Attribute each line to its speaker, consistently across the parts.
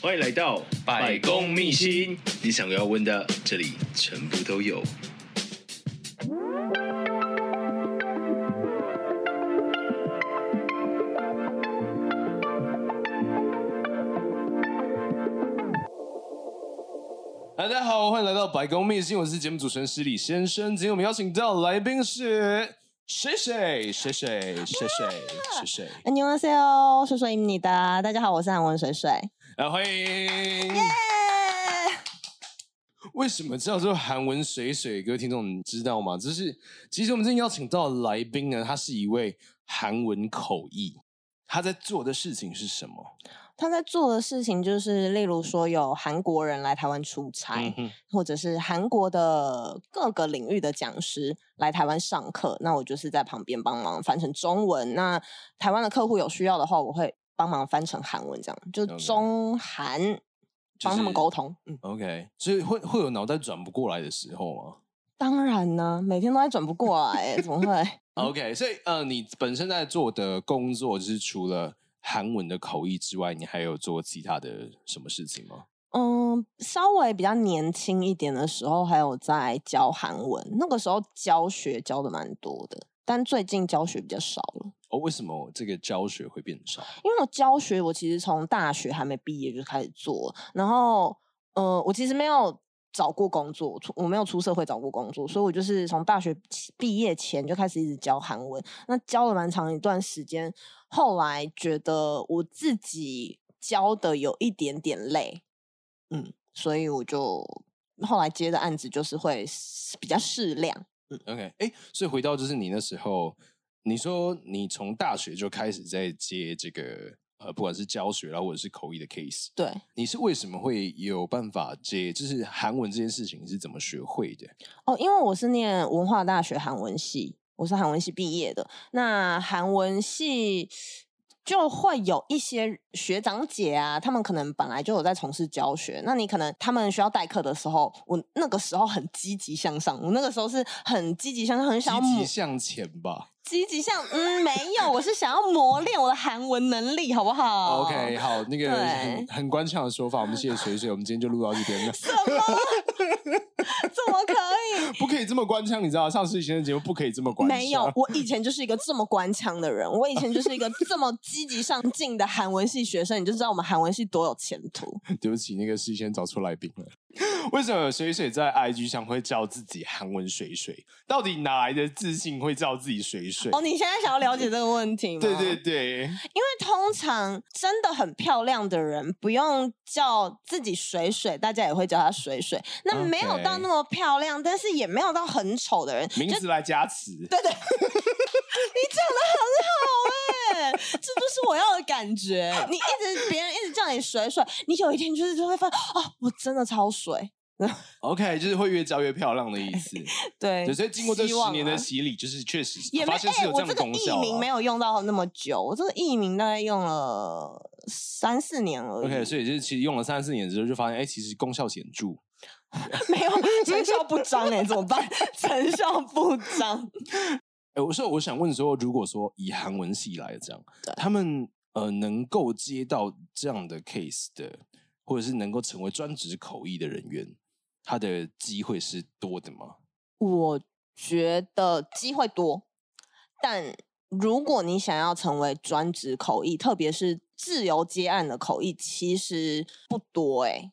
Speaker 1: 欢迎来到
Speaker 2: 百公秘辛，
Speaker 1: 你想要问的，这里全部都有。
Speaker 2: 大家好，欢迎来到白宫秘辛，我是节目主持人施礼先生。今天我们邀请到来宾是谁谁谁谁谁谁谁谁，
Speaker 3: 안녕하세요，水水입니다。大家好，我是韩文水水。
Speaker 2: 来哎欢迎。
Speaker 3: 耶！
Speaker 2: 为什么叫做韩文水水？各位听众你知道吗？就是其实我们今天邀请到的来宾啊呢，他是一位韩文口译，他在做的事情是什么？
Speaker 3: 他在做的事情就是，例如说有韩国人来台湾出差，
Speaker 2: 嗯哼
Speaker 3: 或者是韩国的各个领域的讲师来台湾上课，那我就是在旁边帮忙翻成中文。那台湾的客户有需要的话，我会帮忙翻成韩文，这样就
Speaker 2: OK
Speaker 3: 中韩帮他
Speaker 2: 就是
Speaker 3: 们沟通。嗯，
Speaker 2: ，OK，所以会会有脑袋转不过来的时候吗
Speaker 3: 当然呢，每天都在转不过来、怎么会？
Speaker 2: ？OK，所以呃，你本身在做的工作，就是除了韩文的口译之外，你还有做其他的什么事情吗？
Speaker 3: 嗯，稍微比较年轻一点的时候，还有在教韩文，那个时候教学教的蛮多的，但最近教学比较少了。
Speaker 2: 哦，为什么这个教学会变少？
Speaker 3: 因为我教学，我其实从大学还没毕业就开始做，然后，呃，我其实没有找过工作，出我没有出社会找过工作，所以我就是从大学起毕业前就开始一直教韩文，那教了蛮长一段时间，后来觉得我自己教的有一点点累，嗯，所以我就后来接的案子就是会比较适量，
Speaker 2: OK，哎，所以回到就是你那时候，你说你从大学就开始在接这个呃，不管是教学啦，或者是口译的 case，
Speaker 3: 对。
Speaker 2: 你是为什么会有办法接？就是韩文这件事情你是怎么学会的？
Speaker 3: 哦，因为我是念文化大学韩文系，我是韩文系毕业的。那韩文系就会有一些学长姐啊，他们可能本来就有在从事教学。那你可能他们需要代课的时候，我那个时候很积极向上，我那个时候是很积极向上，很想要
Speaker 2: 积
Speaker 3: 磨
Speaker 2: 极向前吧。
Speaker 3: 积极向，嗯，没有，我是想要磨练我的韩文能力，好不好
Speaker 2: OK，好，那个很
Speaker 3: 哦对
Speaker 2: 很官腔的说法，我们谢谢水水，我们今天就录到这边了，
Speaker 3: 怎么可以？
Speaker 2: 不可以这么官腔，你知道，上次以前的节目不可以这么官腔，
Speaker 3: 没有，我以前就是一个这么官腔的人，我以前就是一个这么积极上进的韩文系学生，你就知道我们韩文系多有前途。
Speaker 2: 对不起，那个事先找错来宾了。 为什么水水在 IG 上会叫自己韩文水水？到底哪来的自信会叫自己水水？
Speaker 3: 哦，你现在想要了解这个问题吗？
Speaker 2: 对对
Speaker 3: 因
Speaker 2: 对，
Speaker 3: 为通常真的很漂亮的人，不用叫自己水水，大家也会叫她水水。那没有到
Speaker 2: OK
Speaker 3: 那么漂亮，但是也没有到很丑的人，
Speaker 2: 名字来加持。
Speaker 3: 你讲的很好哎、 这就是我要的感觉。你一直别人一直叫你水水，你有一天就是就会发现，哦，我真的超水。
Speaker 2: OK，就是会越叫越漂亮的意思。
Speaker 3: 对
Speaker 2: 对，所以经过这
Speaker 3: 希
Speaker 2: 十
Speaker 3: 望
Speaker 2: 年的
Speaker 3: 啊
Speaker 2: 洗礼，就是确实
Speaker 3: 也没哎
Speaker 2: 发现是有
Speaker 3: 我
Speaker 2: 样
Speaker 3: 这
Speaker 2: 的
Speaker 3: 个
Speaker 2: 功
Speaker 3: 艺
Speaker 2: 效、
Speaker 3: 名没
Speaker 2: 啊。
Speaker 3: 有用到那么久，我这个艺名大概用了三四年而已
Speaker 2: OK，所以就是其实用了三四年之后，就发现哎，其实功效显著。
Speaker 3: 没有成效不彰哎、怎么办？ 成效不彰。
Speaker 2: 哎，我说我想问说，如果说以韩文系来讲
Speaker 3: 对，
Speaker 2: 他们呃能够接到这样的 case 的，或者是能够成为专职口译的人员，他的机会是多的吗？
Speaker 3: 我觉得机会多，但如果你想要成为专职口译，特别是自由接案的口译，其实不多哎、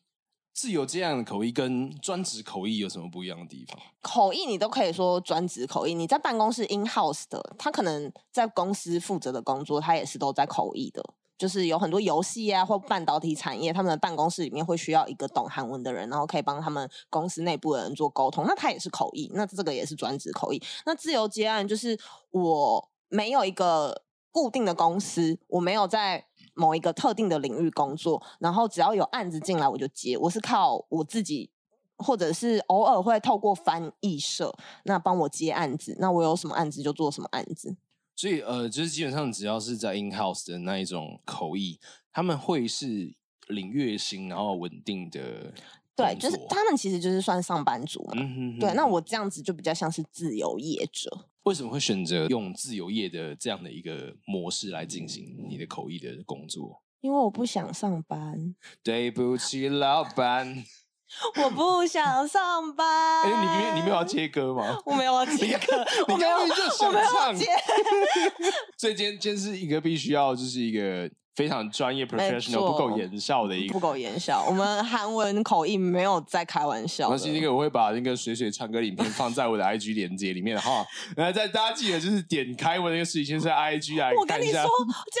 Speaker 2: 自由这样的口译跟专职口译有什么不一样的地方？
Speaker 3: 口译你都可以说专职口译，你在办公室 in house 的，他可能在公司负责的工作，他也是都在口译的。就是有很多游戏啊，或半导体产业，他们的办公室里面会需要一个懂韩文的人，然后可以帮他们公司内部的人做沟通。那他也是口译，那这个也是专职口译。那自由接案就是我没有一个固定的公司，我没有在某一个特定的领域工作，然后只要有案子进来我就接，我是靠我自己。或者是偶尔会透过翻译社，那帮我接案子，那我有什么案子就做什么案子。
Speaker 2: 所以呃，就是基本上只要是在 in house 的那一种口译，他们会是领月薪然后稳定的
Speaker 3: 对，
Speaker 2: 工
Speaker 3: 就是
Speaker 2: 作
Speaker 3: 他们其实就是算上班族嘛。
Speaker 2: 嗯哼
Speaker 3: 对，那
Speaker 2: 哼
Speaker 3: 我这样子就比较像是自由业者。
Speaker 2: 为什么会选择用自由业的这样的一个模式来进行你的口译的工作？
Speaker 3: 因为我不想上班，
Speaker 2: 对不起，老板。
Speaker 3: 我不想上 班。
Speaker 2: 哎、你没有你没有要接歌吗？
Speaker 3: 我没有要接歌，
Speaker 2: 你
Speaker 3: 我没有，
Speaker 2: 刚刚就想
Speaker 3: 我没有
Speaker 2: 唱
Speaker 3: 接。
Speaker 2: 所以今天今天是一个必须要就是一个非常专业
Speaker 3: 没
Speaker 2: professional 不够
Speaker 3: 错
Speaker 2: 言笑的一
Speaker 3: 不
Speaker 2: 个。
Speaker 3: 苟言笑，我们韩文口音没有在开玩笑
Speaker 2: 关
Speaker 3: 的。
Speaker 2: 系那个我会把那个水水唱歌的影片放在我的 IG 连接里面 哈，然后在大家记得就是点开我那个水先生 IG 来
Speaker 3: 我跟
Speaker 2: 看一
Speaker 3: 你说，这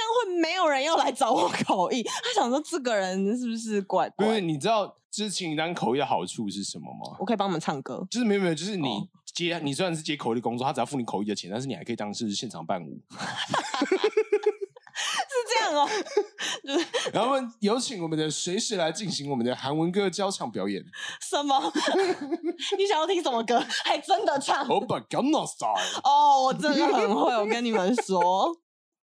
Speaker 2: 下。
Speaker 3: 样会没有人要来找我口译。 他想说这个人是不是怪
Speaker 2: 不是
Speaker 3: 怪？
Speaker 2: 你知道知情当口译的好处是什么吗？
Speaker 3: 我可以帮我们唱歌，
Speaker 2: 就是没有没有，就是你
Speaker 3: 哦
Speaker 2: 接、你虽然是接口译的工作，他只要付你口译的钱，但是你还可以当是现场伴舞。
Speaker 3: 是这样哦。就是
Speaker 2: 然后我们有请我们的水水来进行我们的韩文歌交唱表演。
Speaker 3: 什么？ 你想要听什么歌？还真的唱
Speaker 2: 欧巴 g a n a style。
Speaker 3: 哦！我真的很会，我跟你们 说，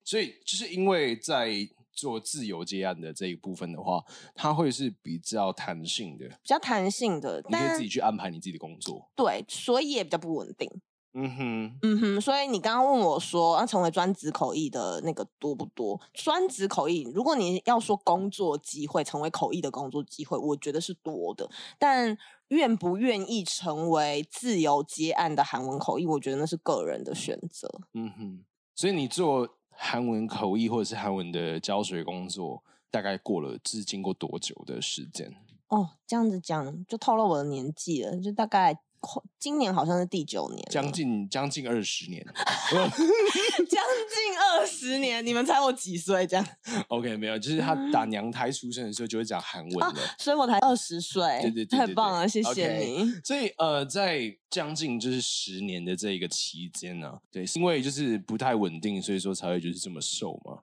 Speaker 2: 所以就是因为在做自由接案的这一部分的话，它会是比较弹性的，
Speaker 3: 比较弹性的，
Speaker 2: 你可以
Speaker 3: 但
Speaker 2: 自己去安排你自己的工作。
Speaker 3: 对，所以也比较不稳定。
Speaker 2: 嗯哼，
Speaker 3: 嗯哼，所以你刚刚问我说，要成为专职口译的那个多不多？专职口译，如果你要说工作机会，成为口译的工作机会，我觉得是多的。但愿不愿意成为自由接案的韩文口译，我觉得那是个人的选择。
Speaker 2: 嗯哼。所以你做韩文口译或者是韩文的教学工作，大概过了是经过多久的时间？
Speaker 3: 哦，这样子讲就透露我的年纪了，就大概快今年好像是第九年了，
Speaker 2: 将近将近二十年。
Speaker 3: 将近二十年，你们猜我几岁？这样，
Speaker 2: OK，没有，就是他
Speaker 3: 嗯
Speaker 2: 打娘胎出生的时候就会讲韩文了。
Speaker 3: 所以我才二十岁，
Speaker 2: 对对对
Speaker 3: 太
Speaker 2: 对
Speaker 3: 棒
Speaker 2: 对
Speaker 3: 了，谢谢
Speaker 2: OK
Speaker 3: 你。
Speaker 2: 所以呃，在将近就是十年的这一个期间呢、对，是因为就是不太稳定，所以说才会就是这么瘦嘛。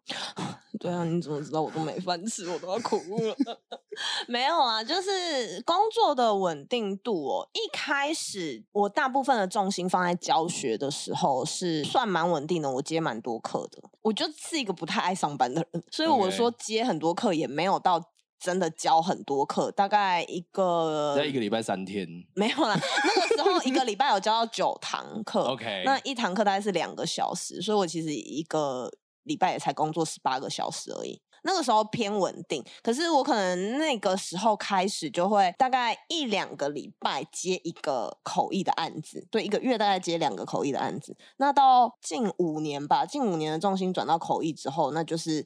Speaker 3: 对啊，你怎么知道我都没饭吃，我都要苦饿了？ 没有啊，就是工作的稳定度哦。一开始我大部分的重心放在教学的时候是算蛮稳定的，我接蛮多课的。我就是一个不太爱上班的人，所以我
Speaker 2: OK
Speaker 3: 说接很多课也没有到真的教很多课，大概一个
Speaker 2: 在一个礼拜三天
Speaker 3: 没有啦，那个时候一个礼拜有教到九堂课
Speaker 2: OK
Speaker 3: 哦那一堂课大概是两个小时，所以我其实一个礼拜也才工作十八个小时而已。那个时候偏稳定，可是我可能那个时候开始就会大概一两个礼拜接一个口译的案子，对，一个月大概接两个口译的案子。那到近五年吧，近五年的重心转到口译之后，那就是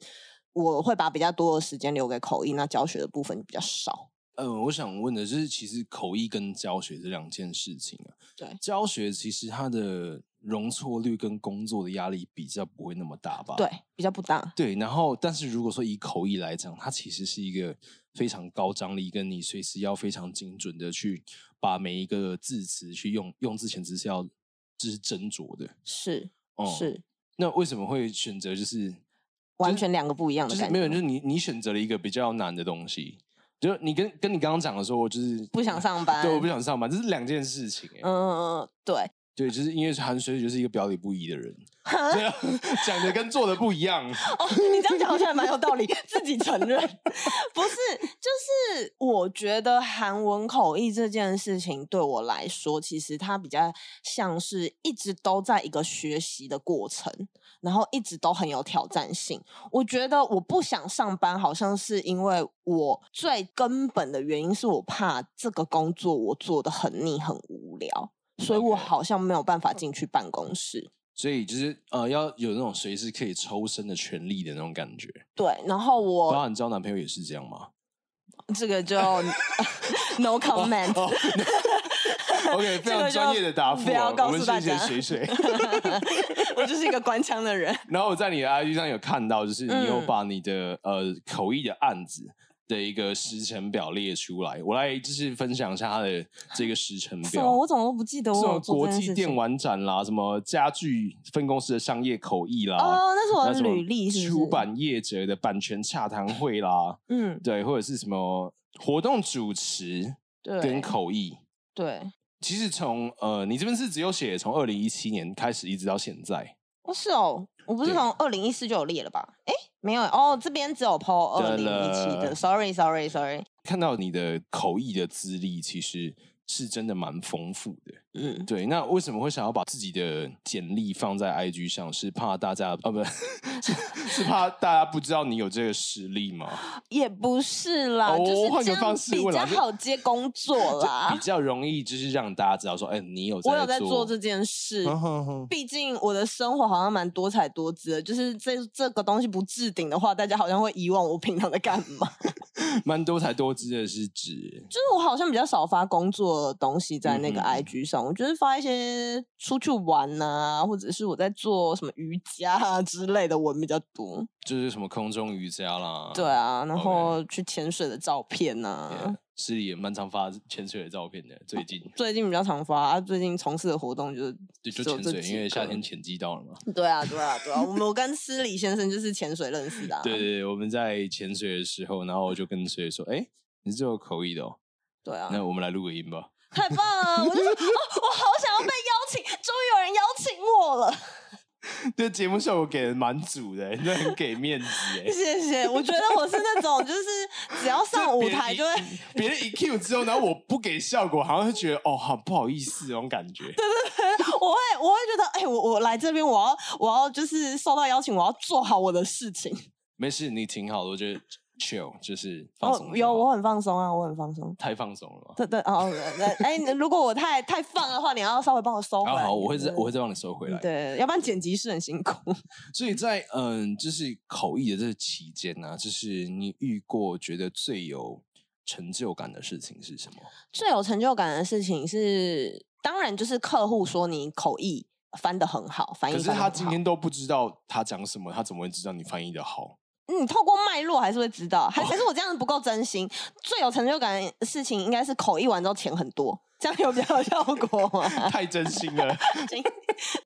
Speaker 3: 我会把比较多的时间留给口译，那教学的部分比较少。
Speaker 2: 呃，我想问的是，其实口译跟教学这两件事情啊，
Speaker 3: 对
Speaker 2: 教学其实它的容错率跟工作的压力比较不会那么大吧？
Speaker 3: 对，比较不大。
Speaker 2: 对，然后但是如果说以口译来讲，它其实是一个非常高张力，跟你随时要非常精准的去把每一个字词去用用之前，只是要这是斟酌的。
Speaker 3: 是、
Speaker 2: 哦、。
Speaker 3: 是，
Speaker 2: 那为什么会选择就是
Speaker 3: 完
Speaker 2: 就是
Speaker 3: 全两个不一样
Speaker 2: 就
Speaker 3: 的
Speaker 2: 是
Speaker 3: 感觉吗。
Speaker 2: 没有？就是你你选择了一个比较难的东西，就是你跟跟你刚刚讲的说，我 就是
Speaker 3: 不想上班。
Speaker 2: 对，我不。想上班，这是两件事情、欸。
Speaker 3: 嗯嗯，嗯对，
Speaker 2: 对，就是因为韩水就是一个表里不一的 人，对啊讲的跟做的不一样。
Speaker 3: 哦，你这样讲好像也蛮有道理，自己承认。不是，就是我觉得韩文口译这件事情对我来说，其实它比较像是一直都在一个学习的过程，然后一直都很有挑战性。我觉得我不想上班，好像是因为我最根本的原因是我怕这个工作我做的很腻很无聊，所以我
Speaker 2: OK
Speaker 3: 好像没有办法进去办公室。
Speaker 2: 所以就是呃，要有那种随时可以抽身的权利的那种感觉。
Speaker 3: 对，然后我
Speaker 2: 包含交男朋友也是这样吗
Speaker 3: 这个就 no comment。
Speaker 2: 哦？OK，非
Speaker 3: 这个
Speaker 2: 常
Speaker 3: 就
Speaker 2: 专业的答复、
Speaker 3: 不要
Speaker 2: 哦，
Speaker 3: 告
Speaker 2: 我们
Speaker 3: 诉
Speaker 2: 谢
Speaker 3: 大
Speaker 2: 谢
Speaker 3: 家
Speaker 2: 水水。
Speaker 3: 我就是一个官腔的人，
Speaker 2: 然后我在你的 IG 上有看到，就是你有
Speaker 3: 嗯
Speaker 2: 把你的、呃口译的案子的一个时程表列出来，我来就是分享一下它的这个时程
Speaker 3: 什么
Speaker 2: 表
Speaker 3: 我。怎么都不记得
Speaker 2: 什
Speaker 3: 我
Speaker 2: 么
Speaker 3: 有做
Speaker 2: 国
Speaker 3: 这件
Speaker 2: 际
Speaker 3: 事
Speaker 2: 电
Speaker 3: 情。
Speaker 2: 玩啊展啦，什么家具分公司的商业口译啦，
Speaker 3: 哦，那是我
Speaker 2: 那
Speaker 3: 的
Speaker 2: 什么
Speaker 3: 履历，是不
Speaker 2: 出
Speaker 3: 是
Speaker 2: 版业者的版权洽谈会啦，
Speaker 3: 嗯，
Speaker 2: 对，或者是什么活动主持跟
Speaker 3: 对
Speaker 2: 口译。
Speaker 3: 对，
Speaker 2: 其实从呃，你这边是只有写从二零一七年开始一直到现在
Speaker 3: 哦是哦，我不是
Speaker 2: 对
Speaker 3: 从二零一四就有列了吧？诶，没有哦，这边只有 PO 二零一七
Speaker 2: 对了
Speaker 3: 的，sorry sorry sorry。
Speaker 2: 看到你的口译的资历，其实是真的蛮丰富的。
Speaker 3: 嗯，
Speaker 2: 对，那为什么会想要把自己的简历放在 IG 上？是怕大家啊，不是是是怕大家不知道你有这个实力吗？
Speaker 3: 也不是啦，
Speaker 2: 哦
Speaker 3: 就是
Speaker 2: 换个
Speaker 3: 这样
Speaker 2: 方式
Speaker 3: 比
Speaker 2: 问
Speaker 3: 较
Speaker 2: 啦就
Speaker 3: 好接工作
Speaker 2: 就
Speaker 3: 啦
Speaker 2: 比。较容易就是让大家知道说，哎、你有
Speaker 3: 啊我有在
Speaker 2: 做啊
Speaker 3: 做这件事，
Speaker 2: 哼哼哼
Speaker 3: 毕竟我的生活好像蛮多彩多姿的，就是这这个东西不置顶的话，大家好像会遗忘我平常在干嘛。
Speaker 2: 蛮多才多姿的是指
Speaker 3: 就是我好像比较少发工作的东西在那个
Speaker 2: 嗯哼
Speaker 3: IG 上，我就是发一些出去玩呐、或者是我在做什么瑜伽啊之类的文比较多。
Speaker 2: 就是什么空中瑜伽啦，
Speaker 3: 对啊，然
Speaker 2: OK
Speaker 3: 后去潜水的照片啊呐、
Speaker 2: Yeah，诗里也蛮常发潜水的照片的，最近
Speaker 3: 最近比较常发、啊，最近从事的活动就是
Speaker 2: 对就
Speaker 3: 只有
Speaker 2: 潜
Speaker 3: 这
Speaker 2: 水，
Speaker 3: 几
Speaker 2: 因为夏
Speaker 3: 个
Speaker 2: 天潜季到了嘛。
Speaker 3: 对啊，对啊，对啊，我们我跟施礼先生就是潜水认识的、啊。
Speaker 2: 对对对，我们在潜水的时候，然后我就跟水说，哎、你是做口译的 哦，
Speaker 3: 对啊，
Speaker 2: 那我们来录个音吧。
Speaker 3: 太棒了！我就说，哦，我好想要被邀请，终于有人邀请我了，
Speaker 2: 这节目效果给人蛮足的，那很给面子哎。
Speaker 3: 谢谢。我觉得我是那种，就是只要上舞台就会，
Speaker 2: 别人一 Q 之后，然后我不给效果，好像会觉得哦，好不好意思那种感觉。
Speaker 3: 我会，我会觉得，哎、我我来这边，我要，我要就是受到邀请，我要做好我的事情。
Speaker 2: 没事，你挺好的，我觉得 chill 就是 放
Speaker 3: 哦
Speaker 2: 松，就
Speaker 3: 有，
Speaker 2: 好
Speaker 3: 我很放松啊，我很放松。
Speaker 2: 太放松了吧。
Speaker 3: 对对哦，对哎、你如果我太太放的话，你要稍微帮我收回
Speaker 2: 然后
Speaker 3: 来。
Speaker 2: 哦好，我会再
Speaker 3: 对
Speaker 2: 我会再帮你收回来。
Speaker 3: 对，要不然剪辑是很辛苦。
Speaker 2: 所以在嗯，就是口译的这期间呢、就是你遇过觉得最有成就感的事情是什么？
Speaker 3: 最有成就感的事情是，当然就是客户说你口译翻的很好，翻译
Speaker 2: 可是
Speaker 3: 翻得
Speaker 2: 他
Speaker 3: 很
Speaker 2: 今
Speaker 3: 哎好
Speaker 2: 天都不知道他讲什么，他怎么会知道你翻译的 好？
Speaker 3: 嗯，透过脉络还是会知道，
Speaker 2: 哦
Speaker 3: 还还是我这样子不够真心。最有成就感的事情应该是口译完之后钱很多，这样有比较有效果吗？
Speaker 2: 太真心了，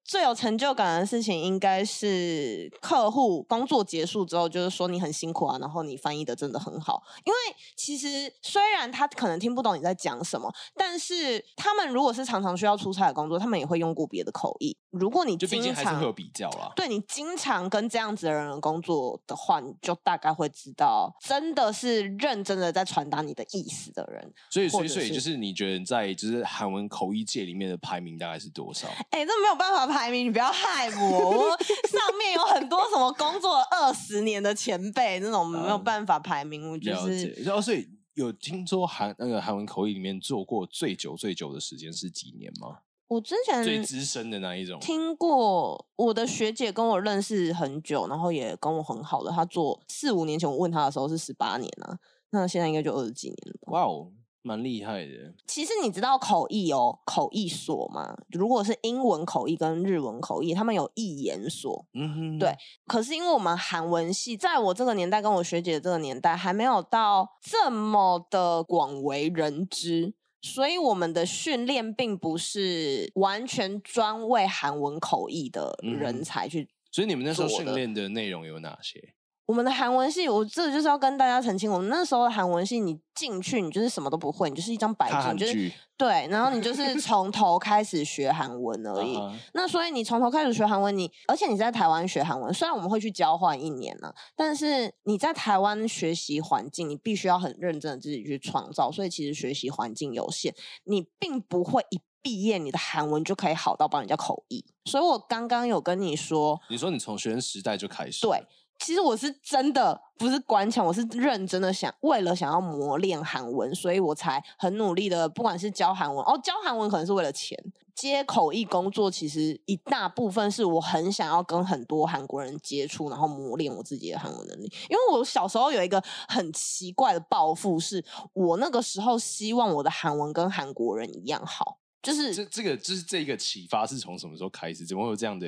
Speaker 3: 最有成就感的事情应该是客户工作结束之后，就是说你很辛苦啊，然后你翻译的真的很好。因为其实虽然他可能听不懂你在讲什么，但是他们如果是常常需要出差的工作，他们也会用过别的口译。如果你
Speaker 2: 就毕
Speaker 3: 经
Speaker 2: 竟还是
Speaker 3: 常
Speaker 2: 会有比较啦。
Speaker 3: 对你经常跟这样子的人工作的话，你就大概会知道，真的是认真的在传达你的意思的人。
Speaker 2: 所以，所
Speaker 3: 或者
Speaker 2: 以，所以，
Speaker 3: 是
Speaker 2: 就是你觉得在就是韩文口译界里面的排名大概是多少？
Speaker 3: 哎、这没有办法排名，你不要害我。 我上面有很多什么工作二十年的前辈，那种没有
Speaker 2: 嗯
Speaker 3: 办法排名。我就
Speaker 2: 了解
Speaker 3: 是。
Speaker 2: 然后，所以有听说韩那个韩文口译里面做过最久最久的时间是几年吗？
Speaker 3: 我之
Speaker 2: 最
Speaker 3: 前
Speaker 2: 资深的那一种，
Speaker 3: 嗯听过我的学姐跟我认识很久，然后也跟我很好的，她做四五年前我问她的时候是十八年啊，那现在应该就二十几年了吧。
Speaker 2: 哇哦，蛮厉害的。
Speaker 3: 其实你知道口译哦，口译所嘛，如果是英文口译跟日文口译，他们有译研所。
Speaker 2: 嗯哼，
Speaker 3: 对可是因为我们韩文系，在我这个年代跟我学姐这个年代还没有到这么的广为人知，所以我们的训练并不是完全专为韩文口译的
Speaker 2: 嗯哼
Speaker 3: 人才去
Speaker 2: 所以你们那时候
Speaker 3: 做
Speaker 2: 训
Speaker 3: 的
Speaker 2: 练的内容有哪些？
Speaker 3: 我们的韩文系，我这就是要跟大家澄清，我们那时候的韩文系，你进去你就是什么都不会，你就是一张白
Speaker 2: 看
Speaker 3: 纸，
Speaker 2: 韩
Speaker 3: 你就是
Speaker 2: 剧
Speaker 3: 对，然后你就是从头开始学韩文而已。
Speaker 2: 啊哈
Speaker 3: 那所以你从头开始学韩文，你而且你在台湾学韩文，虽然我们会去交换一年呢、但是你在台湾学习环境，你必须要很认真的自己去创造，所以其实学习环境有限，你并不会一毕业你的韩文就可以好到帮人家口译。所以我刚刚有跟你说，
Speaker 2: 你说你从学生时代就开始，
Speaker 3: 对，其实我是真的不是官腔，我是认真的想，为了想要磨练韩文，所以我才很努力的，不管是教韩文，哦，教韩文可能是为了钱，接口译工作，其实一大部分是我很想要跟很多韩国人接触，然后磨练我自己的韩文能力。因为我小时候有一个很奇怪的抱负，是我那个时候希望我的韩文跟韩国人一样好，就是
Speaker 2: 这这个就是这个启发是从什么时候开始？怎么会有这样的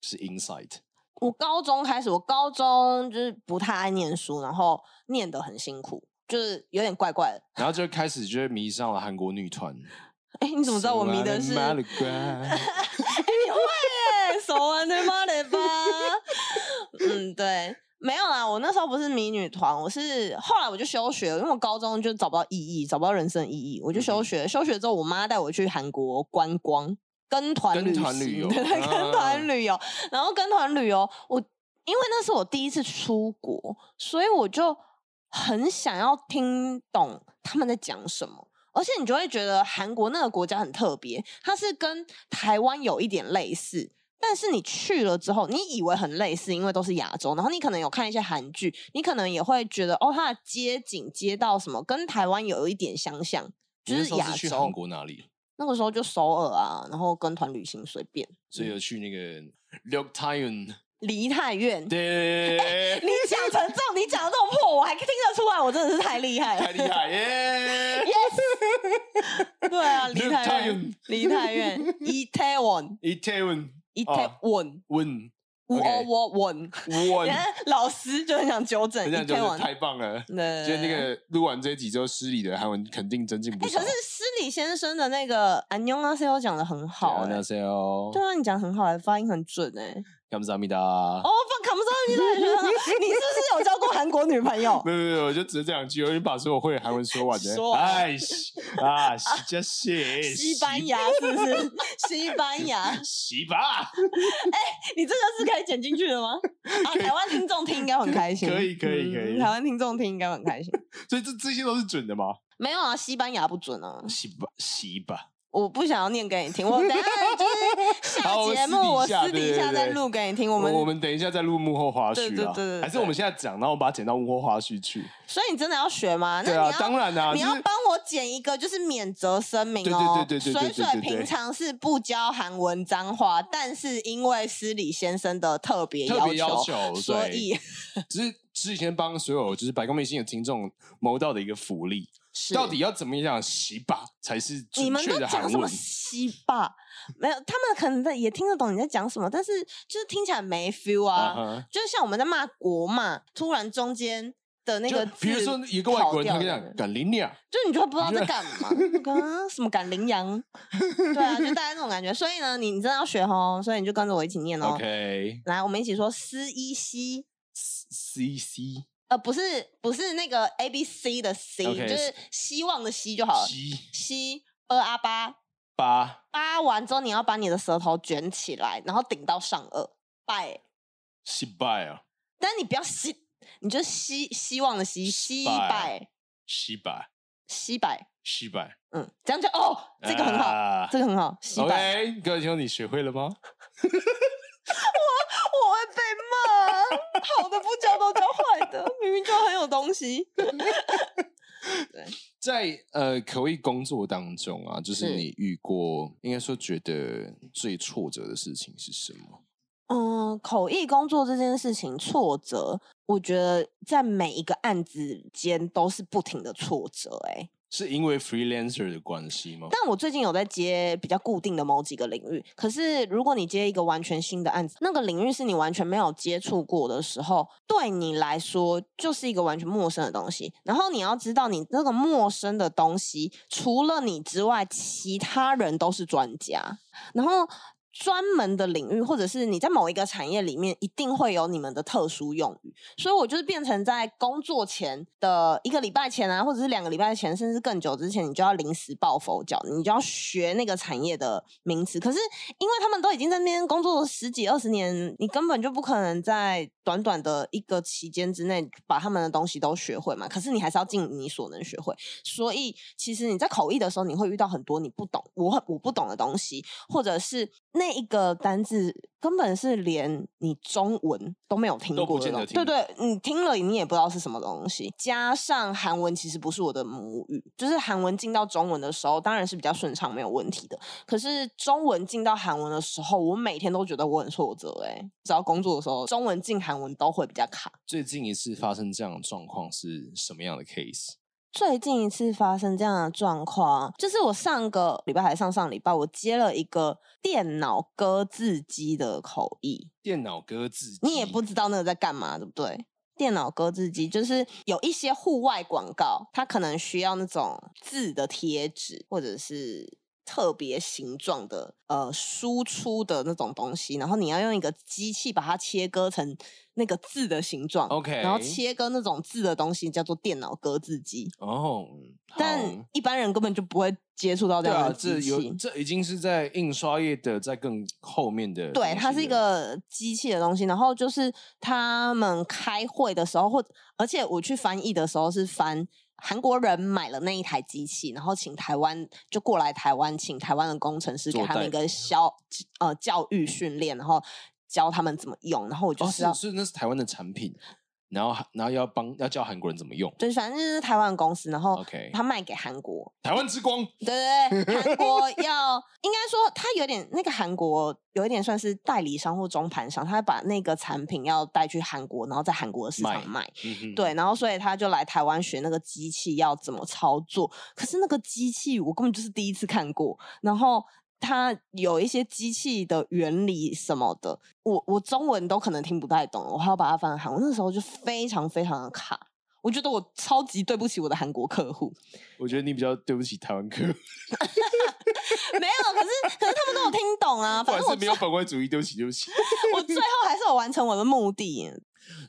Speaker 2: 就是 insight？
Speaker 3: 我高中开始，我高中就是不太爱念书，然后念得很辛苦，就是有点怪怪的。
Speaker 2: 然后就开始就会迷上了韩国女团。你
Speaker 3: 哎、你怎么知 道我
Speaker 2: 啊
Speaker 3: 迷的是？哎、你会耶、手腕对吗？的吧？嗯，对，没有啦。我那时候不是迷女团，我是后来我就休学了，因为我高中就找不到意义，找不到人生意义，我就
Speaker 2: 嗯
Speaker 3: 休
Speaker 2: 哼
Speaker 3: 学。休学之后，我妈带我去韩国观光，跟团
Speaker 2: 跟
Speaker 3: 旅
Speaker 2: 团旅
Speaker 3: 行
Speaker 2: 游
Speaker 3: 对对，跟
Speaker 2: 啊
Speaker 3: 团旅游。然后跟团旅游，我因为那是我第一次出国，所以我就很想要听懂他们在讲什么。而且你就会觉得韩国那个国家很特别，它是跟台湾有一点类似。但是你去了之后，你以为很类似，因为都是亚洲，然后你可能有看一些韩剧，你可能也会觉得哦，它的街景、街道什么跟台湾有一点相像，
Speaker 2: 你
Speaker 3: 就
Speaker 2: 那
Speaker 3: 是
Speaker 2: 时候
Speaker 3: 亚
Speaker 2: 是去
Speaker 3: 洲
Speaker 2: 韩。国哪里？
Speaker 3: 那个时候就首尔啊，然后跟团旅行随便，
Speaker 2: 所以
Speaker 3: 嗯
Speaker 2: 有去那个 l o k t a y u n
Speaker 3: 梨泰院。
Speaker 2: 对，
Speaker 3: 你讲成这种，你讲的这么破，我还听得出来，我真的是太厉害了。
Speaker 2: 太厉害 耶！
Speaker 3: 对啊，梨
Speaker 2: 六
Speaker 3: 泰
Speaker 2: 太
Speaker 3: 院
Speaker 2: 远，
Speaker 3: 梨泰院，Itaewon。
Speaker 2: 一 t a y u n
Speaker 3: 哦 Itaewon，
Speaker 2: win
Speaker 3: 我
Speaker 2: OK
Speaker 3: 我我，人
Speaker 2: won，
Speaker 3: 家哦老师就很想纠正
Speaker 2: 这样就是
Speaker 3: Itaewon。
Speaker 2: 太棒了。
Speaker 3: 对，
Speaker 2: 就那个录完这几周失礼的韩文肯定增进不
Speaker 3: 哎，
Speaker 2: 少。
Speaker 3: 可是施礼先生的那个安妞阿 C O 讲的很好，哎
Speaker 2: 那是哦，
Speaker 3: 对啊，你讲得很好，哎发音很准哎。
Speaker 2: 感谢大
Speaker 3: 哦，。不，看不上你了，你是不是有交过韩国女朋友？
Speaker 2: 没有没有，我就只是这两句，我已经把所有会的韩文说完了。
Speaker 3: 说完了
Speaker 2: 哎西啊，西加西，
Speaker 3: 西班牙是不是？西班牙，
Speaker 2: 西吧，
Speaker 3: 你这个是可以剪进去 的吗？啊，台湾听众听应该很开心，
Speaker 2: 可以可以可以
Speaker 3: 嗯台湾听众听应该很开心。
Speaker 2: 所以这这些都是准的吗？
Speaker 3: 没有啊，西班牙不准啊，
Speaker 2: 西吧西吧，
Speaker 3: 我不想要念给你听，我等一下 就是
Speaker 2: 好我们
Speaker 3: 下节
Speaker 2: 私底
Speaker 3: 目我
Speaker 2: 下
Speaker 3: 私
Speaker 2: 对
Speaker 3: 底
Speaker 2: 对
Speaker 3: 下再
Speaker 2: 对
Speaker 3: 录给你听。我
Speaker 2: 我
Speaker 3: 们
Speaker 2: 我们等一下再录幕后花絮啊，
Speaker 3: 对对对对对
Speaker 2: 还是我们现在讲，然后我把它剪到幕后花絮去。
Speaker 3: 所以你真的要学吗？那
Speaker 2: 对
Speaker 3: 你
Speaker 2: 啊
Speaker 3: 要，
Speaker 2: 当然啊，
Speaker 3: 你
Speaker 2: 就
Speaker 3: 要
Speaker 2: 是
Speaker 3: 帮我剪一个，就是免责声明哦。
Speaker 2: 对对对对对对
Speaker 3: 水
Speaker 2: 对对
Speaker 3: 水
Speaker 2: 对
Speaker 3: 平常是不教韩文脏话，但是因为施礼先生的特别
Speaker 2: 特别要
Speaker 3: 要求，
Speaker 2: 求，
Speaker 3: 所
Speaker 2: 对
Speaker 3: 以
Speaker 2: 只是之前帮所有就是百公明星的听众谋到的一个福利。
Speaker 3: 是
Speaker 2: 到底要怎么样洗把才是
Speaker 3: 你
Speaker 2: 准
Speaker 3: 们
Speaker 2: 确
Speaker 3: 都
Speaker 2: 的
Speaker 3: 讲
Speaker 2: 韩
Speaker 3: 什么
Speaker 2: 文？
Speaker 3: 西吧？没有，他们可能在也听得懂你在讲什么，但是就是听起来没 feel 啊。
Speaker 2: 哈，
Speaker 3: 就是像我们在骂国骂，突然中间的那个
Speaker 2: 就
Speaker 3: 字，
Speaker 2: 比如说一个外国人，他跟你讲“
Speaker 3: 就
Speaker 2: 敢林鸟
Speaker 3: 你就会不知道在干嘛，刚什么赶 羚羊，对啊，就大概那种感觉。所以呢，你你真的要学哦，所以你就跟着我一起念哦。
Speaker 2: ”，OK，
Speaker 3: 来，我们一起说思一西，
Speaker 2: C C
Speaker 3: 呃，不是不是那个 A B C 的 C，
Speaker 2: OK，
Speaker 3: 就是希望的希就好了。
Speaker 2: 七
Speaker 3: 西二阿八
Speaker 2: 八
Speaker 3: 八完之后，你要把你的舌头卷起来，然后顶到上颚，拜。
Speaker 2: 失败啊，
Speaker 3: 但你不要吸，你就希希望的希，希
Speaker 2: 拜
Speaker 3: 拜
Speaker 2: 失败
Speaker 3: 西百，
Speaker 2: 失败，
Speaker 3: 嗯，这样就哦，这个很好，
Speaker 2: 啊
Speaker 3: 这个很好，西百，
Speaker 2: OK，各位听众，你学会了吗？
Speaker 3: 我会被骂啊，好的不教都教坏的，明明就很有东西。
Speaker 2: 在呃口译工作当中啊，就是
Speaker 3: 是
Speaker 2: 你遇过，应该说觉得最挫折的事情是什么？
Speaker 3: 嗯，口译工作这件事情挫折，我觉得在每一个案子间都是不停的挫折、欸，哎，
Speaker 2: 是因为 freelancer 的关系吗？
Speaker 3: 但我最近有在接比较固定的某几个领域，可是如果你接一个完全新的案子，那个领域是你完全没有接触过的时候，对你来说就是一个完全陌生的东西。然后你要知道，你那个陌生的东西，除了你之外，其他人都是专家。然后专门的领域，或者是你在某一个产业里面，一定会有你们的特殊用语。所以我就是变成在工作前的一个礼拜前啊，或者是两个礼拜前，甚至更久之前，你就要临时抱佛脚，你就要学那个产业的名词。可是因为他们都已经在那边工作十几二十年，你根本就不可能在短短的一个期间之内把他们的东西都学会嘛。可是你还是要尽你所能学会。所以其实你在口译的时候，你会遇到很多你不懂、我很我不懂的东西，或者是那一个单字根本是连你中文都没有听
Speaker 2: 都不
Speaker 3: 过的
Speaker 2: 见
Speaker 3: 东
Speaker 2: 得
Speaker 3: 西。
Speaker 2: 听
Speaker 3: 对对，你听了你也不知道是什么东西。加上韩文其实不是我的母语，就是韩文进到中文的时候，当然是比较顺畅没有问题的。可是中文进到韩文的时候，我每天都觉得我很挫折、欸。哎，只要工作的时候，中文进韩文都会比较卡。
Speaker 2: 最近一次发生这样的状况是什么样的 case？
Speaker 3: 最近一次发生这样的状况，就是我上个礼拜还上上礼拜，我接了一个电脑割字机的口译，
Speaker 2: 电脑割字，
Speaker 3: 你也不知道那个在干嘛，对不对？电脑割字机就是有一些户外广告，它可能需要那种字的贴纸，或者是特别形状的呃输出的那种东西，然后你要用一个机器把它切割成那个字的形状
Speaker 2: OK，
Speaker 3: 然后切割那种字的东西叫做电脑割字机。
Speaker 2: 哦，嗯
Speaker 3: 但
Speaker 2: 好
Speaker 3: 一般人根本就不会接触到这
Speaker 2: 对
Speaker 3: 样
Speaker 2: 啊，
Speaker 3: 的
Speaker 2: 这
Speaker 3: 机器。
Speaker 2: 有这已经是在印刷业的在更后面的东西了，哦
Speaker 3: 对，它是一个机器的东西，然后就是他们开会的时候，或者而且我去翻译的时候是翻韩国人买了那一台机器，然后请台湾就过来台湾，请台湾的工程师给
Speaker 2: 做
Speaker 3: 他们
Speaker 2: 代
Speaker 3: 一个教呃教育训练，然后教他们怎么用。然后我就
Speaker 2: 哦，
Speaker 3: 知道，
Speaker 2: 是是，那是台湾的产品，然后然后要帮要教韩国人怎么用。
Speaker 3: 对，反正就是台湾的公司，然后
Speaker 2: OK
Speaker 3: 他卖给韩国，
Speaker 2: 台湾之光，
Speaker 3: 对对对，韩国 要应该说他有点那个韩国有一点算是代理商或中盘商，他把那个产品要带去韩国，然后在韩国的市
Speaker 2: 卖
Speaker 3: 场卖。
Speaker 2: 嗯哼，
Speaker 3: 对，然后所以他就来台湾学那个机器要怎么操作。可是那个机器我根本就是第一次看过，然后它有一些机器的原理什么的，我我中文都可能听不太懂，我还要把它翻成韩文。那时候就非常非常的卡，我觉得我超级对不起我的韩国客户。
Speaker 2: 我觉得你比较对不起台湾客，
Speaker 3: 没有，可是可是他们都有听懂啊，
Speaker 2: 不
Speaker 3: 反
Speaker 2: 然
Speaker 3: 正我
Speaker 2: 是没
Speaker 3: 最
Speaker 2: 有本位主义，对不起，对不 起。
Speaker 3: 我最后还是有完成我的目的。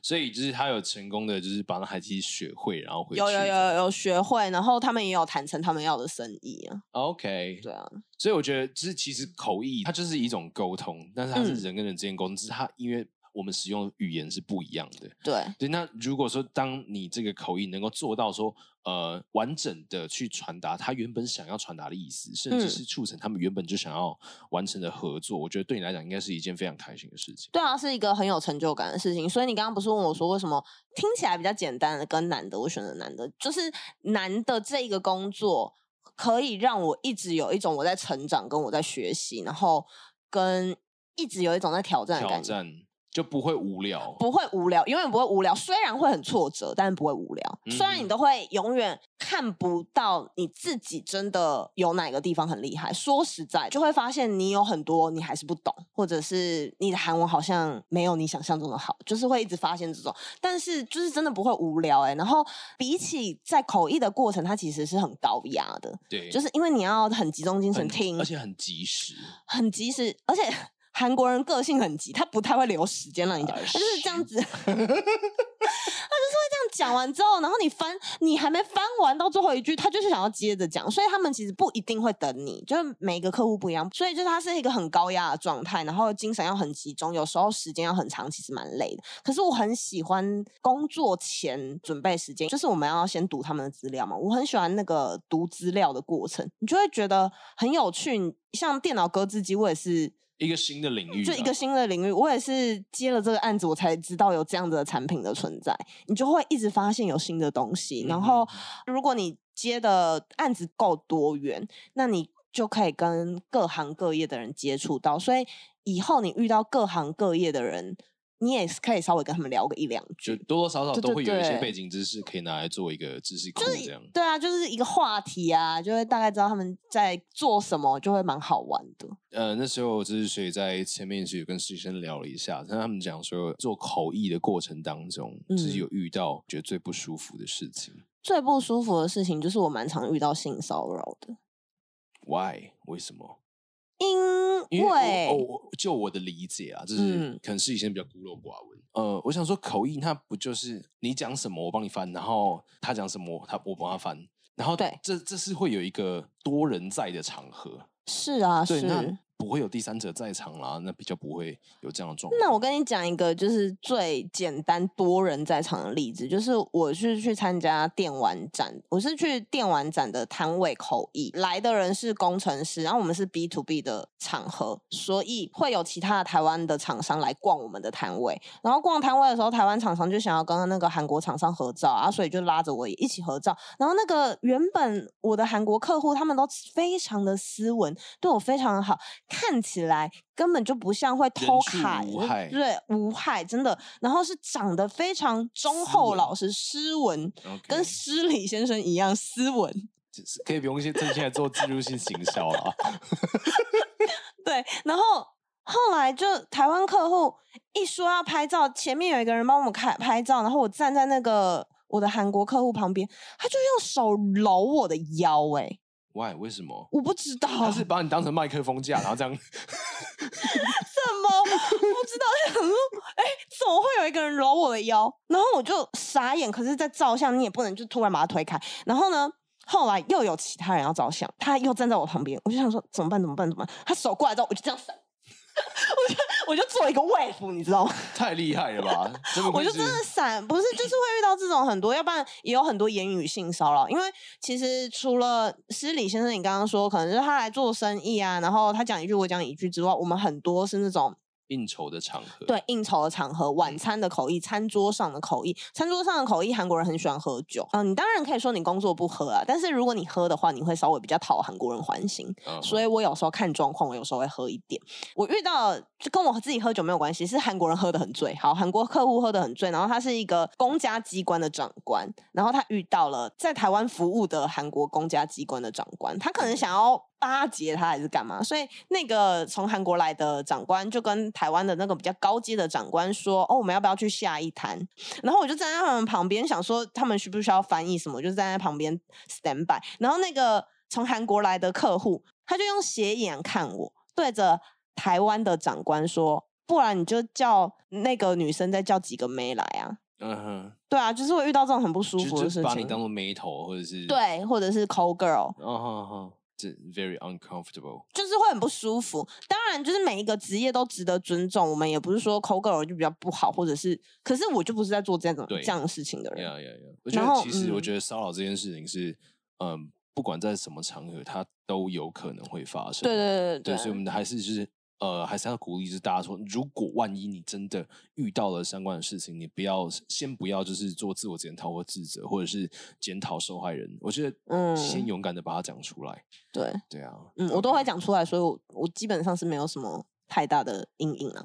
Speaker 2: 所以就是他有成功的，就是把那台机学会，然后回去。
Speaker 3: 有有有有学会，然后他们也有谈成他们要的生意啊，
Speaker 2: ，OK。
Speaker 3: 对啊，
Speaker 2: 所以我觉得，就是其实口译它就是一种沟通，但是它是
Speaker 3: 嗯
Speaker 2: 人跟人之间沟通，只是它因为我们使用的语言是不一样的。
Speaker 3: 对。
Speaker 2: 对，那如果说当你这个口译能够做到说，呃，完整的去传达他原本想要传达的意思，甚至
Speaker 3: 嗯
Speaker 2: 是促成他们原本就想要完成的合作，我觉得对你来讲应该是一件非常开心的事情。
Speaker 3: 对啊，是一个很有成就感的事情。所以你刚刚不是问我说，为什么听起来比较简单的跟难的，我选择难的，就是难的这一个工作可以让我一直有一种我在成长，跟我在学习，然后跟一直有一种在挑战的
Speaker 2: 挑
Speaker 3: 感觉，
Speaker 2: 战嗯就不会无聊，
Speaker 3: 不会无聊，永远不会无聊。虽然会很挫折，但是不会无聊。虽然
Speaker 2: 嗯
Speaker 3: 你都会永远看不到你自己真的有哪个地方很厉害，说实在，就会发现你有很多你还是不懂，或者是你的韩文好像没有你想象中的好，就是会一直发现这种。但是就是真的不会无聊哎、然后比起在口译的过程，它其实是很高压的，
Speaker 2: 对，
Speaker 3: 就是因为你要很集中精神
Speaker 2: 很
Speaker 3: 听，
Speaker 2: 而且很及时。
Speaker 3: 很及时，而且 韩国人个性很急，他不太会留时间让你讲，
Speaker 2: 啊
Speaker 3: 他就是
Speaker 2: 是
Speaker 3: 这样子， 他就是会这样讲完之后，然后你翻，你还没翻完到最后一句，他就是想要接着讲，所以他们其实不一定会等你，就是每个客户不一样，所以就是他是一个很高压的状态，然后精神要很集中，有时候时间要很长，其实蛮累的。可是我很喜欢工作前准备时间，就是我们要先读他们的资料嘛。我很喜欢那个读资料的过程，你就会觉得很有趣。你像电脑格子机，我也是。
Speaker 2: 一个新的领域
Speaker 3: 就
Speaker 2: 啦，
Speaker 3: 一个新的领域，我也是接了这个案子，我才知道有这样子的产品的存在。你就会一直发现有新的东
Speaker 2: 嗯
Speaker 3: 西，然后如果你接的案子够多元，那你就可以跟各行各业的人接触到。所以以后你遇到各行各业的人，你也是可以稍微跟他们聊个一两
Speaker 2: 就
Speaker 3: 句。
Speaker 2: 多多少少
Speaker 3: 对
Speaker 2: 都
Speaker 3: 对
Speaker 2: 会有一些
Speaker 3: 对
Speaker 2: 背景知识可以拿来做一个知识库这样。
Speaker 3: 对啊，就是一个话题啊，就会大概知道他们在做什么，就会蛮好玩的。
Speaker 2: 呃，那时候就是所以在前面是有跟实习生聊了一下，但他们讲说做口译的过程当中，就是
Speaker 3: 嗯
Speaker 2: 有遇到觉得最不舒服的事情。
Speaker 3: 最不舒服的事情就是我蛮常遇到性骚扰的，
Speaker 2: Why？为什么？因
Speaker 3: 因
Speaker 2: 为
Speaker 3: 为
Speaker 2: 我哦我我就我的理解啊，就是
Speaker 3: 嗯
Speaker 2: 可能是以前比较孤陋寡闻。呃，我想说口译，它不就是你讲什么我帮你翻，然后他讲什么他我帮他翻，然后
Speaker 3: 对
Speaker 2: 这这是会有一个多人在的场合，
Speaker 3: 是啊，
Speaker 2: 对，那
Speaker 3: 是。
Speaker 2: 不会有第三者在场啦，那比较不会有这样的状况。
Speaker 3: 那我跟你讲一个，就是最简单多人在场的例子，就是我是去参加电玩展，我是去电玩展的摊位口译，来的人是工程师，然后我们是 B to B 的场合，所以会有其他的台湾的厂商来逛我们的摊位，然后逛摊位的时候，台湾厂商就想要跟那个韩国厂商合照啊，所以就拉着我也一起合照。然后那个原本我的韩国客户，他们都非常的斯文，对我非常的好，看起来根本就不像会偷
Speaker 2: 人畜
Speaker 3: 卡，
Speaker 2: 无害
Speaker 3: 对，无害，真的。然后是长得非常忠
Speaker 2: 斯
Speaker 3: 厚
Speaker 2: 文
Speaker 3: 老实、斯文，
Speaker 2: OK
Speaker 3: 跟施礼先生一样斯文。
Speaker 2: 就是可以不用现趁现在做自入性行销了。
Speaker 3: 对，然后后来就台湾客户一说要拍照，前面有一个人帮我们开拍照，然后我站在那个我的韩国客户旁边，他就用手揉我的腰、欸，
Speaker 2: Why？为什么？
Speaker 3: 我不知 道
Speaker 2: 他是把你当成麦克风架，然后这样
Speaker 3: 什么，不知道，就想说，哎、怎么会有一个人揉我的腰？然后我就傻眼。可是，在照相，你也不能就突然把他推开。然后呢，后来又有其他人要照相， 他又站在我旁边，我就想说，怎么办？怎么办？怎么办？他手过来之后，我就这样闪，我就我就做一个 wave，你知道吗？
Speaker 2: 太厉害了吧！真的
Speaker 3: 我
Speaker 2: 愧
Speaker 3: 就是真的闪，不是就是会遇到这种很多，要不然也有很多言语性骚扰。因为其实除了施礼先生，你刚刚说可能是他来做生意啊，然后他讲一句我讲一句之外，我们很多是那种
Speaker 2: 应酬的场合，
Speaker 3: 对应酬的场合、晚餐的口译、餐桌上的口译、餐桌上的口译，韩国人很喜欢喝酒。嗯、你当然可以说你工作不喝啊，但是如果你喝的话，你会稍微比较讨韩国人欢心。
Speaker 2: 嗯，
Speaker 3: 所以我有时候看状况，我有时候会喝一点。我遇到就跟我自己喝酒没有关系，是韩国人喝的很醉。好，韩国客户喝的很醉，然后他是一个公家机关的长官，然后他遇到了在台湾服务的韩国公家机关的长官，他可能想要。巴结他还是干嘛？所以那个从韩国来的长官就跟台湾的那个比较高阶的长官说：“哦，我们要不要去下一摊？”然后我就站在他们旁边，想说他们需不需要翻译什么，我就站在旁边 stand by。然后那个从韩国来的客户，他就用斜眼看我，对着台湾的长官说：“不然你就叫那个女生再叫几个妹来啊。
Speaker 2: 嗯哼，”
Speaker 3: 对啊，就是会遇到这种很不舒
Speaker 2: 就
Speaker 3: 服的
Speaker 2: 就
Speaker 3: 事
Speaker 2: 把你
Speaker 3: 情
Speaker 2: 当。做眉头或者是，
Speaker 3: 对，或者是 call girl，
Speaker 2: 嗯哼哼，这 very uncomfortable。
Speaker 3: 就是会很不舒服。当然，就是每一个职业都值得尊重。我们也不是说 call girl 就比较不好，或者是，可是我就不是在做这种
Speaker 2: 对啊
Speaker 3: 这样的事情的人。
Speaker 2: 呀呀呀！我觉
Speaker 3: 然
Speaker 2: 得
Speaker 3: 后
Speaker 2: 其实我
Speaker 3: 嗯
Speaker 2: 觉得骚扰这件事情是，嗯，不管在什么场合，它都有可能会发生。
Speaker 3: 对对对
Speaker 2: 对，所以我们还是就是呃，还是要鼓励，就是大家说，如果万一你真的遇到了相关的事情，你不要先不要就是做自我检讨或自责，或者是检讨受害人。我觉得
Speaker 3: 嗯
Speaker 2: 先勇敢的把它讲出来。
Speaker 3: 对，
Speaker 2: 对啊，
Speaker 3: 嗯，我都会讲出来，所以我我基本上是没有什么太大的阴影啊。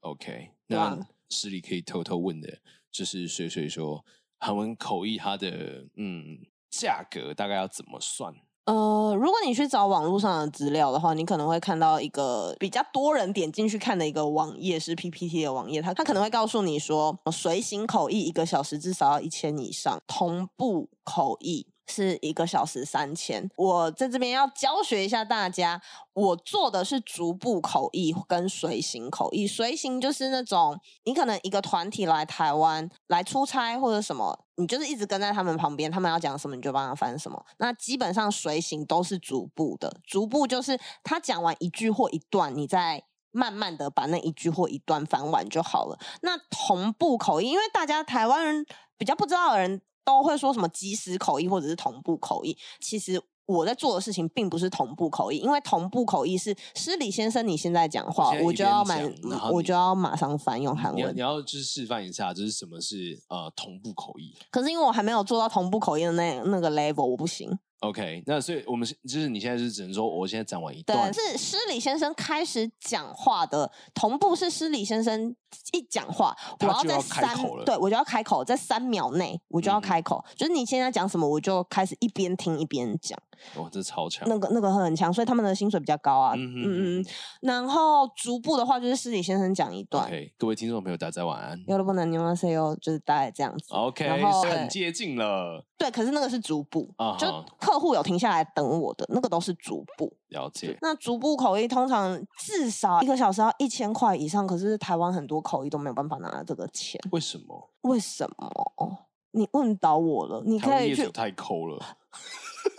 Speaker 2: OK。
Speaker 3: 对啊
Speaker 2: 那诗里可以偷偷问的，就是水水说韩文口译它的嗯价格大概要怎么算？
Speaker 3: 呃，如果你去找网络上的资料的话，你可能会看到一个比较多人点进去看的一个网页，是 PPT 的网页，它它可能会告诉你说，呃随行口译一个小时至少要一千以上，同步口译。是一个小时三千，我在这边要教学一下大家，我做的是逐步口译跟随行口译。随行就是那种你可能一个团体来台湾来出差或者什么，你就是一直跟在他们旁边，他们要讲什么你就帮他翻什么。那基本上随行都是逐步的，逐步就是他讲完一句或一段，你再。慢慢的把那一句或一段翻完就好了。那同步口译，因为大家台湾人比较不知道的人都会说什么即时口译或者是同步口译，其实我在做的事情并不是同步口译，因为同步口译是施礼先生你现在讲话，
Speaker 2: 现在
Speaker 3: 我
Speaker 2: 一
Speaker 3: 就
Speaker 2: 边
Speaker 3: 要马
Speaker 2: 讲然后
Speaker 3: 我
Speaker 2: 你
Speaker 3: 就要马上翻用韩
Speaker 2: 你要
Speaker 3: 文
Speaker 2: 你。要就是示范一下，就是什么是呃同步口译。
Speaker 3: 可是因为我还没有做到同步口译的那那个 level，我不行。
Speaker 2: OK，那所以我们是就是你现在是只能说我现在讲完一
Speaker 3: 对
Speaker 2: 段，，
Speaker 3: 是施礼先生开始讲话的同步是施礼先生一讲话，我
Speaker 2: 他就
Speaker 3: 在
Speaker 2: 要开
Speaker 3: 三
Speaker 2: 口了
Speaker 3: 对我就要开口，在三秒内我就要
Speaker 2: 嗯哼
Speaker 3: 开口，就是你现在讲什么，我就开始一边听一边讲。
Speaker 2: 哦，这超强。
Speaker 3: 那个那个很强，所以他们的薪水比较高啊。
Speaker 2: 嗯哼
Speaker 3: 嗯
Speaker 2: 嗯
Speaker 3: 嗯，然后逐步的话就是施礼先生讲一段，
Speaker 2: OK，各位听众朋友，大家晚安。
Speaker 3: 有了不能牛 C O，就是大概这样子。
Speaker 2: OK，
Speaker 3: 然后
Speaker 2: 是很接近了，
Speaker 3: 对，可是那个是逐步，
Speaker 2: 啊
Speaker 3: 就
Speaker 2: 哈
Speaker 3: 客户有停下来等我的，那个都是逐步。
Speaker 2: 了解。
Speaker 3: 那逐步口译通常至少一个小时要一千块以上，可是台湾很多口译都没有办法拿这个钱，
Speaker 2: 为什么
Speaker 3: 为什么？你问倒我了，你
Speaker 2: 台
Speaker 3: 可
Speaker 2: 湾业
Speaker 3: 以去
Speaker 2: 主太抠了？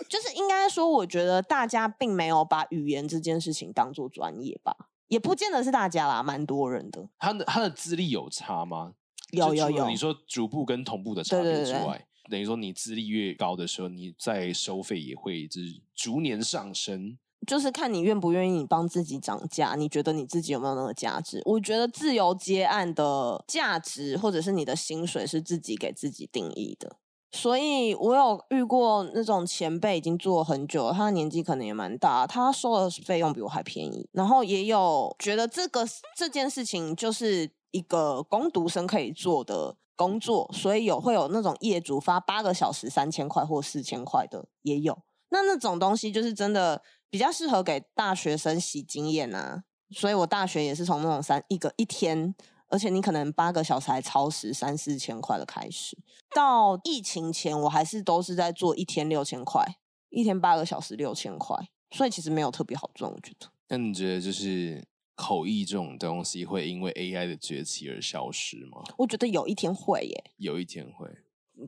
Speaker 3: 就是应该说，我觉得大家并没有把语言这件事情当做专业吧，也不见得是大家啦，蛮多人的。
Speaker 2: 他的他的资历有差吗？
Speaker 3: 有
Speaker 2: 就
Speaker 3: 有
Speaker 2: 除了
Speaker 3: 有
Speaker 2: 你，说逐步跟同步的差
Speaker 3: 对
Speaker 2: 别
Speaker 3: 对
Speaker 2: 之
Speaker 3: 对
Speaker 2: 外，等于说你资历越高的时候，你在收费也会就是逐年上升。
Speaker 3: 就是看你愿不愿意帮自己涨价，你觉得你自己有没有那个价值？我觉得自由接案的价值，或者是你的薪水，是自己给自己定义的。所以我有遇过那种前辈已经做很久了，他的年纪可能也蛮大，他收的费用比我还便宜。然后也有觉得这个这件事情就是一个工读生可以做的工作，所以有会有那种业主发八个小时三千块或四千块的也有。那那种东西就是真的比较适合给大学生洗经验啊。所以我大学也是从那种三一个一天，而且你可能八个小时还超时三四千块的开始，到疫情前我还是都是在做一天六千块，一天八个小时六千块，所以其实没有特别好赚，我觉得。
Speaker 2: 那你觉得就是口译这种东西会因为 AI 的崛起而消失吗？
Speaker 3: 我觉得有一天会耶，
Speaker 2: 有一天会。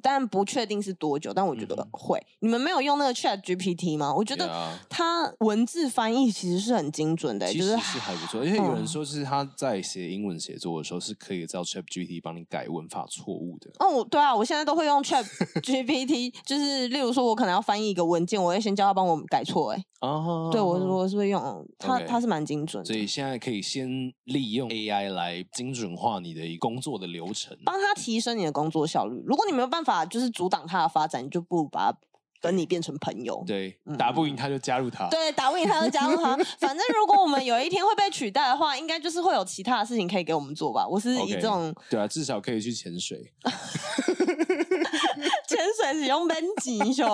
Speaker 3: 但不确定是多久，但我觉得会。你们没有用那个 Chat GPT 吗？我觉
Speaker 2: 对
Speaker 3: 得
Speaker 2: 嗯啊
Speaker 3: 它文字翻译其实是很精准的、
Speaker 2: 其
Speaker 3: 就
Speaker 2: 实
Speaker 3: 是
Speaker 2: 是还不错，因为有人
Speaker 3: 嗯
Speaker 2: 说是他在写英文写作的时候是可以叫 Chat GPT 帮你改文法错误的。
Speaker 3: 哦，我对啊，我现在都会 用 Chat GPT，就是例如说，我可能要翻译一个文件，我会先叫他帮我改错、欸。哎、
Speaker 2: 哦，
Speaker 3: 对我我是会用它，
Speaker 2: OK
Speaker 3: 它是蛮精准
Speaker 2: 所
Speaker 3: 的，
Speaker 2: 以现在可以先利用 AI 来精准化你的工作的流程。
Speaker 3: 帮它提升你的工作效率。如果你没有办法就是阻挡它的发展，你就不如把它跟你变成朋友。
Speaker 2: 对，
Speaker 3: 嗯
Speaker 2: 打不赢他就加入他。
Speaker 3: 对，打不赢他就加 入他。反正如果我们有一天会被取代的话，应该就是会有其他的事情可以给我们做吧。我是
Speaker 2: OK，
Speaker 3: 以这种
Speaker 2: 对啊，至少可以去潜水。
Speaker 3: 潜水使用编辑秀，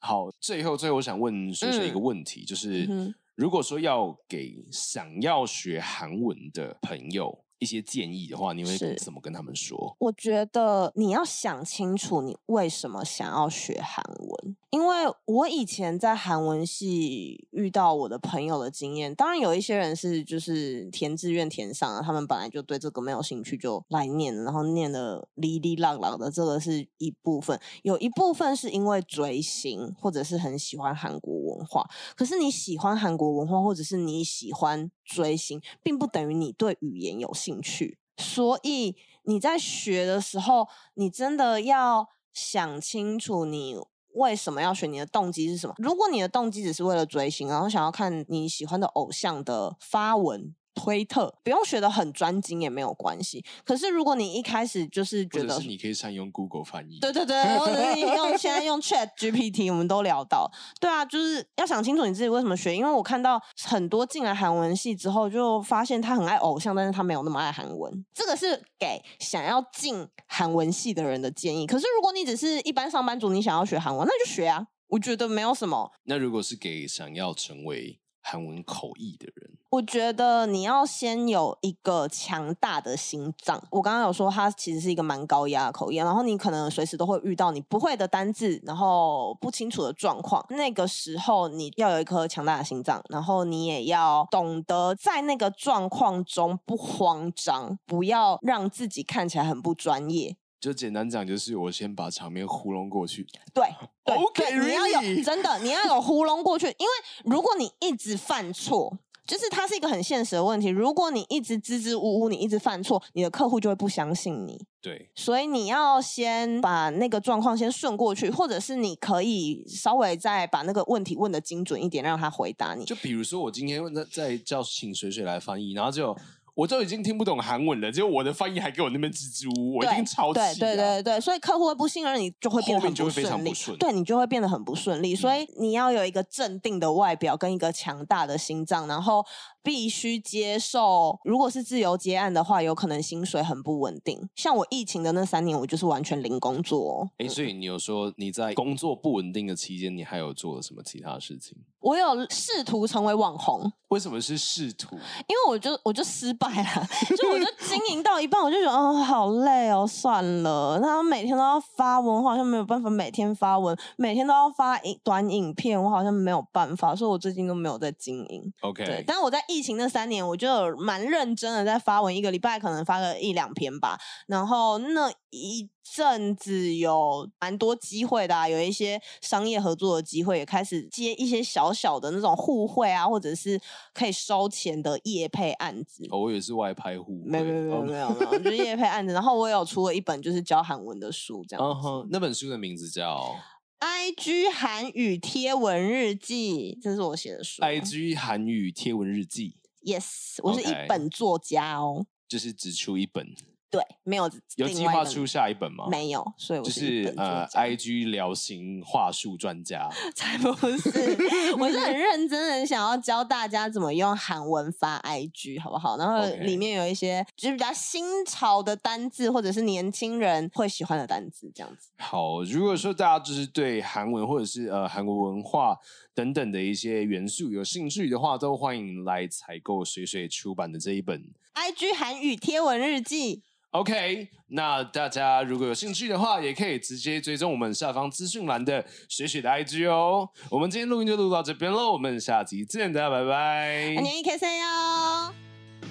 Speaker 2: 好，最后最后我想问水水一个问题，就是、
Speaker 3: 嗯哼
Speaker 2: 如果说要给想要学韩文的朋友一些建议的话，你会
Speaker 3: 是
Speaker 2: 怎么跟他们说？
Speaker 3: 我觉得你要想清楚你为什么想要学韩文，因为我以前在韩文系遇到我的朋友的经验，当然有一些人是就是填志愿填上了，他们本来就对这个没有兴趣就来念了，然后念的哩哩浪浪的，这个是一部分，有一部分是因为追星或者是很喜欢韩国文化，可是你喜欢韩国文化，或者是你喜欢追星，并不等于你对语言有兴趣。所以你在学的时候，你真的要想清楚你。为什么要学？你的动机是什么？如果你的动机只是为了追星，然后想要看你喜欢的偶像的发文、推特，不用学的很专精也没有关系。可是如果你一开始就是
Speaker 2: 或
Speaker 3: 觉
Speaker 2: 者
Speaker 3: 得
Speaker 2: 是你可以善用 Google 翻译。
Speaker 3: 对对对，或者是用现在用 Chat GPT，我们都聊到，对啊，就是要想清楚你自己为什么学，因为我看到很多进来韩文系之后，就发现他很爱偶像，但是他没有那么爱韩文，这个是给想要进韩文系的人的建议。可是如果你只是一般上班族，你想要学韩文，那就学啊，我觉得没有什么。
Speaker 2: 那如果是给想要成为韩文口译的人，
Speaker 3: 我觉得你要先有一个强大的心脏。我刚刚有说，它其实是一个蛮高压的口音，然后你可能随时都会遇到你不会的单字，然后不清楚的状况。那个时候你要有一颗强大的心脏，然后你也要懂得在那个状况中不慌张，不要让自己看起来很不专业。
Speaker 2: 就简单讲，就是我先把场面糊弄过去。
Speaker 3: 对对
Speaker 2: OK，
Speaker 3: 对，你要有
Speaker 2: really？
Speaker 3: 真的，你要有糊弄过去，因为如果你一直犯错。就是它是一个很现实的问题。如果你一直支支吾吾，你一直犯错，你的客户就会不相信你。
Speaker 2: 对，
Speaker 3: 所以你要先把那个状况先顺过去，或者是你可以稍微再把那个问题问的精准一点，让他回答你。
Speaker 2: 就比如说我今天在在叫请水水来翻译，然后就我都已经听不懂韩文了，结果我的翻译还给我那边支支吾吾，我一定超气、啊。
Speaker 3: 对对对对，所以客户会不信任你，就会变得
Speaker 2: 后面
Speaker 3: 很
Speaker 2: 就会非常
Speaker 3: 顺利，
Speaker 2: 不顺嗯
Speaker 3: 对你就会变得很不顺利。所以你要有一个镇定的外表跟一个强大的心脏，然后必须接受，如果是自由接案的话，有可能薪水很不稳定。像我疫情的那三年，我就是完全零工作、哦。
Speaker 2: 哎，所以你有说你在工作不稳定的期间，你还有做了什么其他的事情？
Speaker 3: 我有试图成为网红，
Speaker 2: 为什么是试图？
Speaker 3: 因为我就我就失败了，就我就经营到一半，我就觉得哦好累哦，算了。那每天都要发文，我好像没有办法每天发文，每天都要发影短影片，我好像没有办法，所以我最近都没有在经营。对
Speaker 2: OK，，
Speaker 3: 但我在疫情那三年，我就有蛮认真的在发文，一个礼拜可能发个一两篇吧。然后那一阵子有蛮多机会的、啊，有一些商业合作的机会，也开始接一些小小的那种互惠啊，或者是可以收钱的业配案子。
Speaker 2: 哦，我也是外拍户，
Speaker 3: 没有没有没有没有没有，就是业配案子。然后我有出了一本就是教韩文的书，这样
Speaker 2: 嗯
Speaker 3: 子。
Speaker 2: 哼，那本书的名字叫
Speaker 3: I G 韩语贴文日记，这是我写的书。啊
Speaker 2: 《IG 韩语贴文日记》，
Speaker 3: Yes，我是一
Speaker 2: OK
Speaker 3: 本作家哦。
Speaker 2: 就是只出一本，
Speaker 3: 对，没有
Speaker 2: 有
Speaker 3: 另
Speaker 2: 计
Speaker 3: 外
Speaker 2: 划
Speaker 3: 一个
Speaker 2: 出下一本吗？
Speaker 3: 没有，所以我
Speaker 2: 就是
Speaker 3: 一
Speaker 2: 是
Speaker 3: 本作
Speaker 2: 呃
Speaker 3: 家
Speaker 2: ，IG 疗型话术专家。
Speaker 3: 才不是，我是 很认真的想要教大家怎么用韩文发 IG，好不好？然后
Speaker 2: OK
Speaker 3: 里面有一些就是比较新潮的单字，或者是年轻人会喜欢的单字，这样子。
Speaker 2: 好，如果说大家就是对韩文或者是呃韩国文化等等的一些元素有兴趣的话，都欢迎来采购水水出版的这一本
Speaker 3: IG 韩语贴文日记，
Speaker 2: OK，那大家如果有兴趣的话，也可以直接追踪我们下方资讯栏的雪雪的 IG 哦。我们今天录音就录到这边喽，我们下集见，大家拜拜。
Speaker 3: 哦 안녕히 계세요。